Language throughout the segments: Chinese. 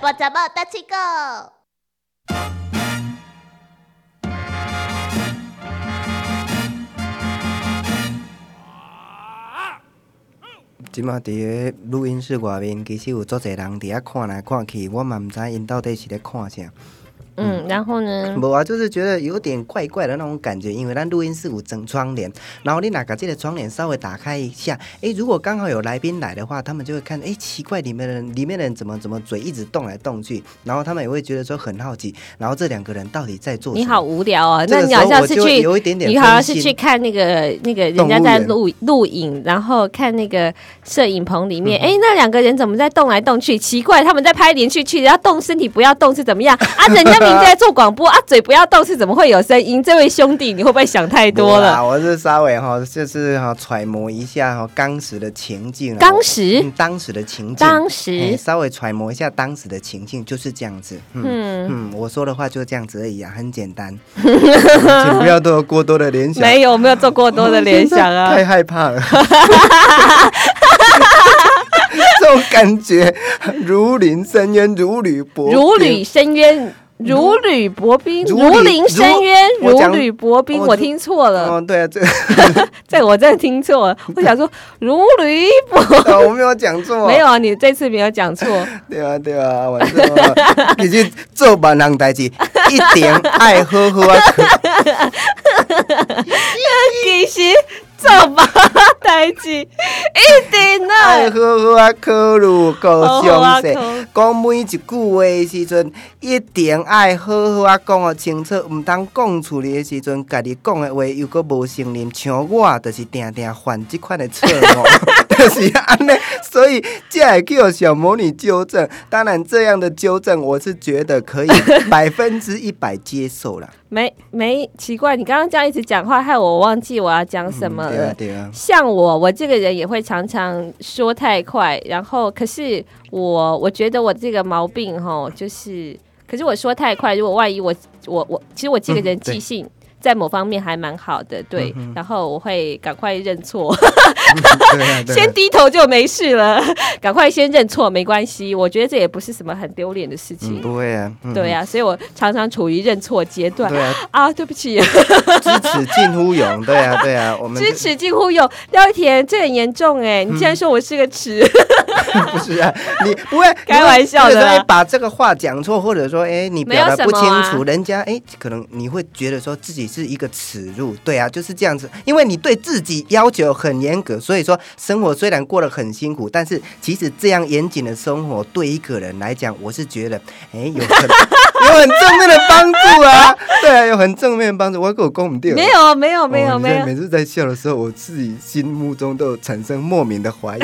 波杂报大气 Go。即马伫个录音室外面，其实有足侪人伫遐看来看去，我嘛毋知因到底是咧看啥。嗯，然后呢？无啊，就是觉得有点怪怪的那种感觉，因为咱录音室有整窗帘，然后你哪个这个窗帘稍微打开一下，诶，如果刚好有来宾来的话，他们就会看，诶，奇怪，里面的人里面的人怎么怎么嘴一直动来动去，然后他们也会觉得说很好奇，然后这两个人到底在做什么？你好无聊啊！这那个你时好候像我是就去，有一点点你好像分是心去看那个那个人动家物在园录录影，然后看那个摄影棚里面，哎、那两个人怎么在动来动去？奇怪，他们在拍连续剧，要动身体不要动是怎么样啊？人家明明在做广播啊，嘴不要动是怎么会有声音？这位兄弟，你会不会想太多没了？啦我是稍微哈，就是哈揣摩一下哈当时的情境啊，当我时嗯，当时的情境，当嘿时，稍微揣摩一下当时的情境，就是这样子。嗯嗯，嗯，我说的话就这样子而已啊，很简 单，请不要都有过多的联想。没有没有做过多的联想啊。 太害怕了。这种感觉如临深渊，如履薄冰如履深渊，如履薄冰，嗯如如履临深渊，如我如讲履薄冰。哦我就听错了，哦，对啊，这这我真的听 错了。我想说如履薄，哦我 没有讲错，没有啊，你这次没有 讲错。对啊，对啊，我知道 啊，其实做别人代志，一定爱好好啊。其实做吧， 代志一定爱的，好好啊，考虑好够好啊详考细。讲每一句话的时阵，一定爱好好啊讲啊清楚，毋通讲出来的时阵，家己讲的话又搁无承认。像我就是定定犯即款的错 误，就是安尼，所以才会叫小魔女纠正。当然，这样的纠正我是觉得 可以百分之一百接受啦。没没奇怪。你刚刚这样一直讲话，害我忘记我要讲 什么对了。啊，对啊。像我，我这个人也会常常说太快，然后可是我我觉得我这个毛病哈，就是可是我说太快，如果万一我我我，其实我这个人嗯对记性。在某方面还蛮好的，对，嗯哼然后我会赶快认错，对啊对啊先低头就没事了，赶快先认错没关系，我觉得这也不是什么很丢脸的事情嗯，，不会啊，嗯对，啊，所以我常常处于认错阶段对啊，啊，对 不起， 知耻近乎勇，对啊，对啊，我们知耻近乎勇，廖一田这很严重哎，你竟嗯然说我是个耻， 不是啊， 你不会开玩笑的啦你会哎把这个话讲错，或者说，哎，你表达不清没有什么楚，啊人家哎，可能你会觉得说自己是一个耻辱，对啊，就是这样子，因为你对自己要求很严格，所以说生活虽然过得很辛苦，但是其实这样严谨的生活对一个人来讲，我是觉得，哎，有很 有很正面的帮助啊，对啊，有很正面的帮助，我给我供掉。没有没有哦没有你没在有，每次在笑的时候，我自己心目中都有产生莫名的 怀疑，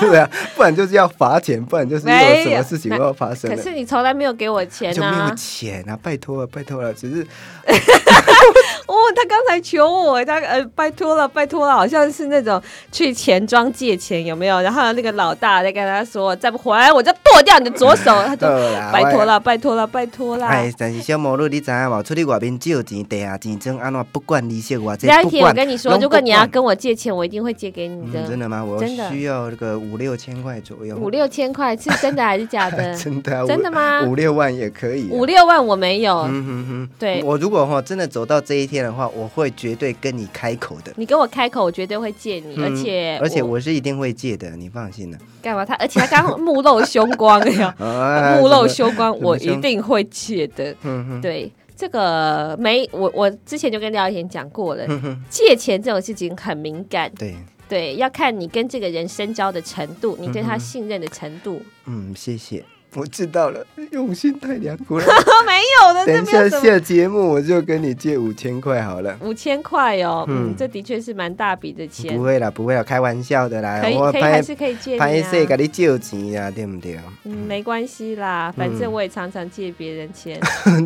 对啊，不然就是要罚钱，不然就是又有什么事情又要发生可了，是你从来没有给我钱就没啊有！钱啊！拜托了，拜托了，只 是哦，他刚才求我，他呃，拜托了，拜托了，好像是那种去钱庄借钱，有没有？然后那个老大在跟他说，再不还我就剁掉你的左 手，他就对啦拜托。我了，拜托了，拜托了。啊哎，但是小魔女，你知影无？出去外面借钱、地下钱庄，安怎不管利息偌济，廖一不田，我管。跟你说，拢不如果你要管跟我借钱，我一定会借给你嗯真的吗？我真的需要这个五六千块左右。五六千块是真的还是假的？ 真的啊，五真的吗五六万也可以啊。五六万我没有，嗯哼哼，对我如果哈真的走到这一天的话，我会绝对跟你开口的。你跟我开口，我绝对会借你，嗯而且而且我是一定会借的，你放心了。干嘛他？而且他刚刚目露凶 光呀，啊嗯目露，凶光，怎么我一凶定会借的。嗯哼，对，这个没我我之前就跟廖一田讲过嗯了，借钱这种事情很敏感，对，对，要看你跟这个人深交的程度，你对他信任的程度。 嗯，谢谢，我知道了，用心太良苦 了。他没有的，这等一没有下什么。下节目我就跟你借五千块好了。五千块哦，嗯，嗯这的确是蛮大笔的钱不，会啦，不会啦，开玩笑的啦可，以我可以还拍是可以借拍你摄给啊，你借钱呀，对不对？ 嗯，没关系啦，反嗯正我也常常借别人钱，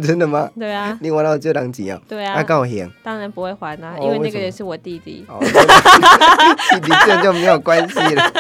真的吗？对啊，你玩到这人钱哦，对啊，啊，够行。当然不会还啊，哦因为为那什个么人是我弟弟。哦， 你这就没有关系了。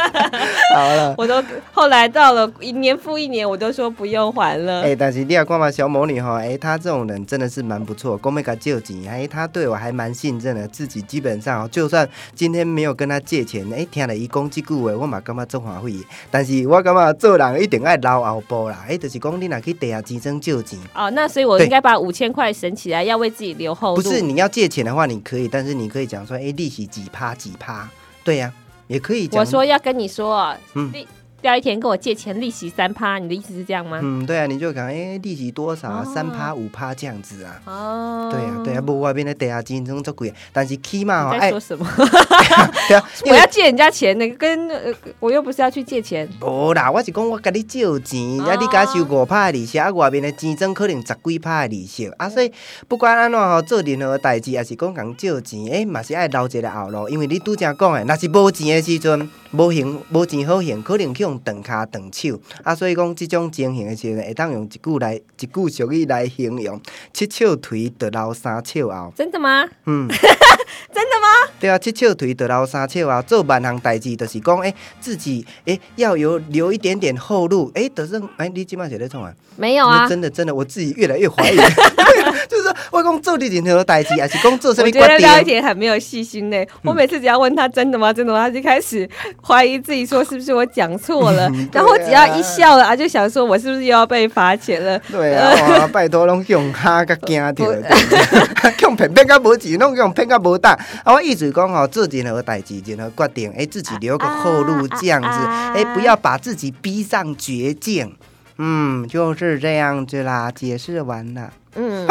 好了，我都后来到了一年复一年，我我都说不用还 了。哎、但是你也看嘛，小魔女哈，哎、她这种人真的是蛮不错，公妹给她借钱，哎、她对我还蛮信任的，自己基本上哦，就算今天没有跟她借钱，哎、听了伊讲即句话，我嘛感觉足欢喜。但是我感觉做人一定爱留后步啦，哎、就是讲你若去地下钱庄借钱，哦，那所以我对应该把五千块省起来，要为自己留后不路。是你要借钱的话，你可以，但是你可以讲说，哎、利息几趴几趴，对呀、也可以讲。我说要跟你说，哦嗯利廖一田跟我借钱利息三趴，你的意思是这样吗？嗯，对啊，你就讲，哎、利息多少啊？哦三趴五趴这样子啊。哦，对啊，对啊，无外面的地下钱庄足贵，但是起码哦，你在哎说，什么？ 对啊，因我为要借人家钱，那个跟呃我又不是要去借钱。无啦，我是讲我甲你借钱，啊，你甲收五趴的利息，啊，外面的钱庄可能十几趴的利息，啊，所以不管安怎吼，做任何代志，也是讲共借钱，诶、嘛是爱留一个后路，因为你拄则讲的，若是无钱的时阵，无行无钱好行，可能去用断骹断手，啊，所以讲即种情形的时阵，会当用一句来一句俗语来形容，七笑腿得留三笑后。真的吗？嗯，真的吗？对啊，七笑腿得留三笑啊，做万项代志，就是讲，诶、自己诶、要有留一点点后路，诶、就算诶、你即摆是咧创啊？没有你啊，真的真的，我自己越来越怀疑， 就是说我讲做你任何代志，还是讲做什我么觉得决廖一定？田很没有细心嗯呢、我每次只要问他真的吗？真的吗？他就开始怀疑自己，说是不是我讲错了？嗯然后只要一笑了啊，就想说我是不是又要被罚钱了？对啊，哇拜托，拢用哈甲惊着， 用骗骗甲无钱，拢用骗甲无胆。啊，我意思讲吼，做任何代志，任何决定，诶、自己留个后路，这样子，诶、哎啊啊不要把自己逼上绝境。嗯，就是这样子啦，解释 完了。嗯，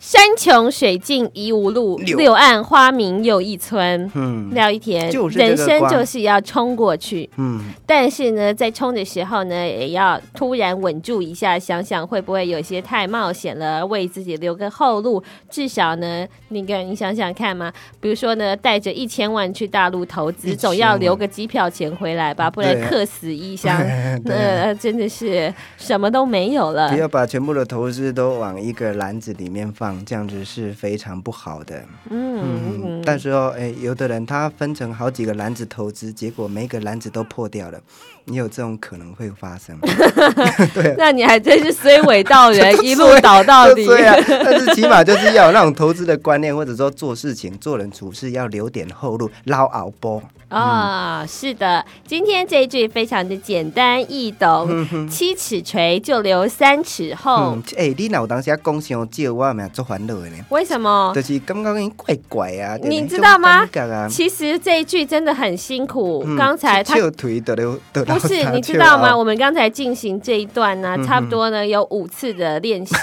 山穷水尽疑无路，柳柳暗花明又一村。嗯廖一田，就是这个人生瓜就是要冲过去，嗯，但是呢，在冲的时候呢，也要突然稳住一下，想想会不会有些太冒险了，为自己留个后路。至少呢，那个你想想看嘛，比如说呢，带着一千万去大陆投资， 1000总要留个机票钱回来吧，不然对啊。客死异乡 那、对呃啊真的是什么都没有 了不。要把全部的投资都往一个篮子里面放，这样子是非常不好的。嗯嗯，但是哦，哎，有的人他分成好几个篮子投资，结果每一个篮子都破掉了，也有这种可能会发生。 那你还真是虽伪道人，一路倒 到底。对啊，但是起码就是要有那种投资的观念，或者说做事情、做人处事要留点后路，捞熬波。啊、嗯是的，今天这一句非常的简单易懂，七尺锤就留三尺厚，嗯，哎、你若有当时啊讲伤少，我嘛足烦恼的呢。为什么？就是感觉你怪怪啊，就是哦你知道吗那种感觉啊，其实这一句真的很辛苦。嗯刚才他翘腿的了，就不是就你知道翘吗？后我们刚才进行这一段呢、啊嗯差不多呢有五次的 练习，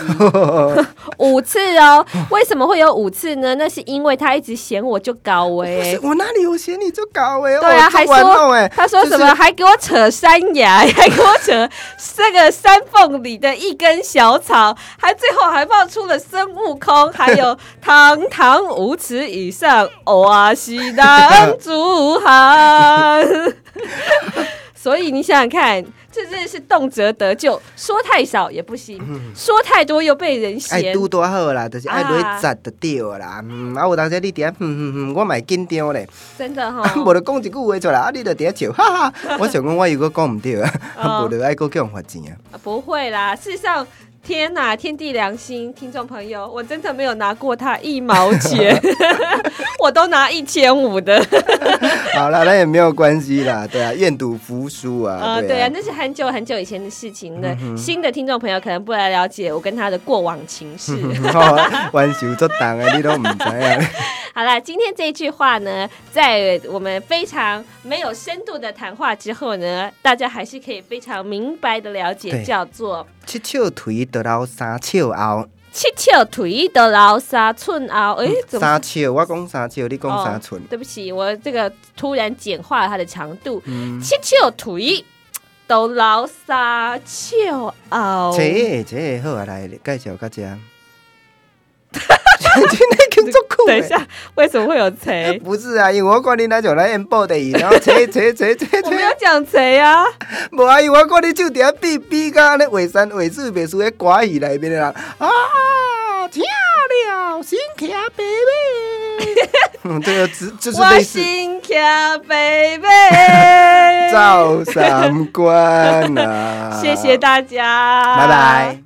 五次哦。为什么会有五次呢？那是因为他一直嫌我就高欸不危是。 我哪里有嫌你做搞哎？对啊，哦还做玩弄说哎，他说就是什么，还给我扯山崖， 还给我扯这个山缝里的一根小草，还最后还冒出了孙悟空，还有堂堂五尺以上，哇西南竹寒。 所以你想想看，这真的是动辄得咎，说太少也不行，嗯说太多又被人爱嫌。哎拄多好啦，就是爱啊落去扎就对啦。嗯，啊，有当时你伫遐，嗯嗯嗯，我嘛会紧张咧，真的哈、啊无就讲一句话出来，啊，你就伫遐笑，哈 哈。我想讲，我如果讲毋对啊，啊哦无就爱搁叫人罚钱啊。不会啦，事实上，天哪，天地良心，听众朋友，我真的没有拿过他一毛钱，我都拿一千五的。好啦，那也没有关系啦，对啊，愿赌服输啊，呃，对对啊啊，。那是很久很久以前的事情了。新的听众朋友可能不来了解我跟他的过往情事。 哦，冤仇作重啊的，你都毋知影。好了，今天这句话呢，在我们非常没有深度的谈话之后呢，大家还是可以非常明白的了对解，叫做 七笑腿得留三笑后， “七尺腿的老三寸凹”。哎，怎么三笑我讲三笑，你讲三寸哦。。对不起，我这个突然简化了它的长度，七尺腿都老哦三尺后。这这好啊，来介绍到这。 真的叫做酷欸等一的。？下，为什么会有贼不是啊，因为我看你那种来演报的，然后切切切切 我没有切，讲贼啊！无啊，因为我看你手底比比甲安尼画山画水，袂输迄歌戏内面的人啊，跳了，心跳 baby。 嗯，这个只就是我类似心跳，baby。 照三观啊啊 。谢谢大家，拜拜。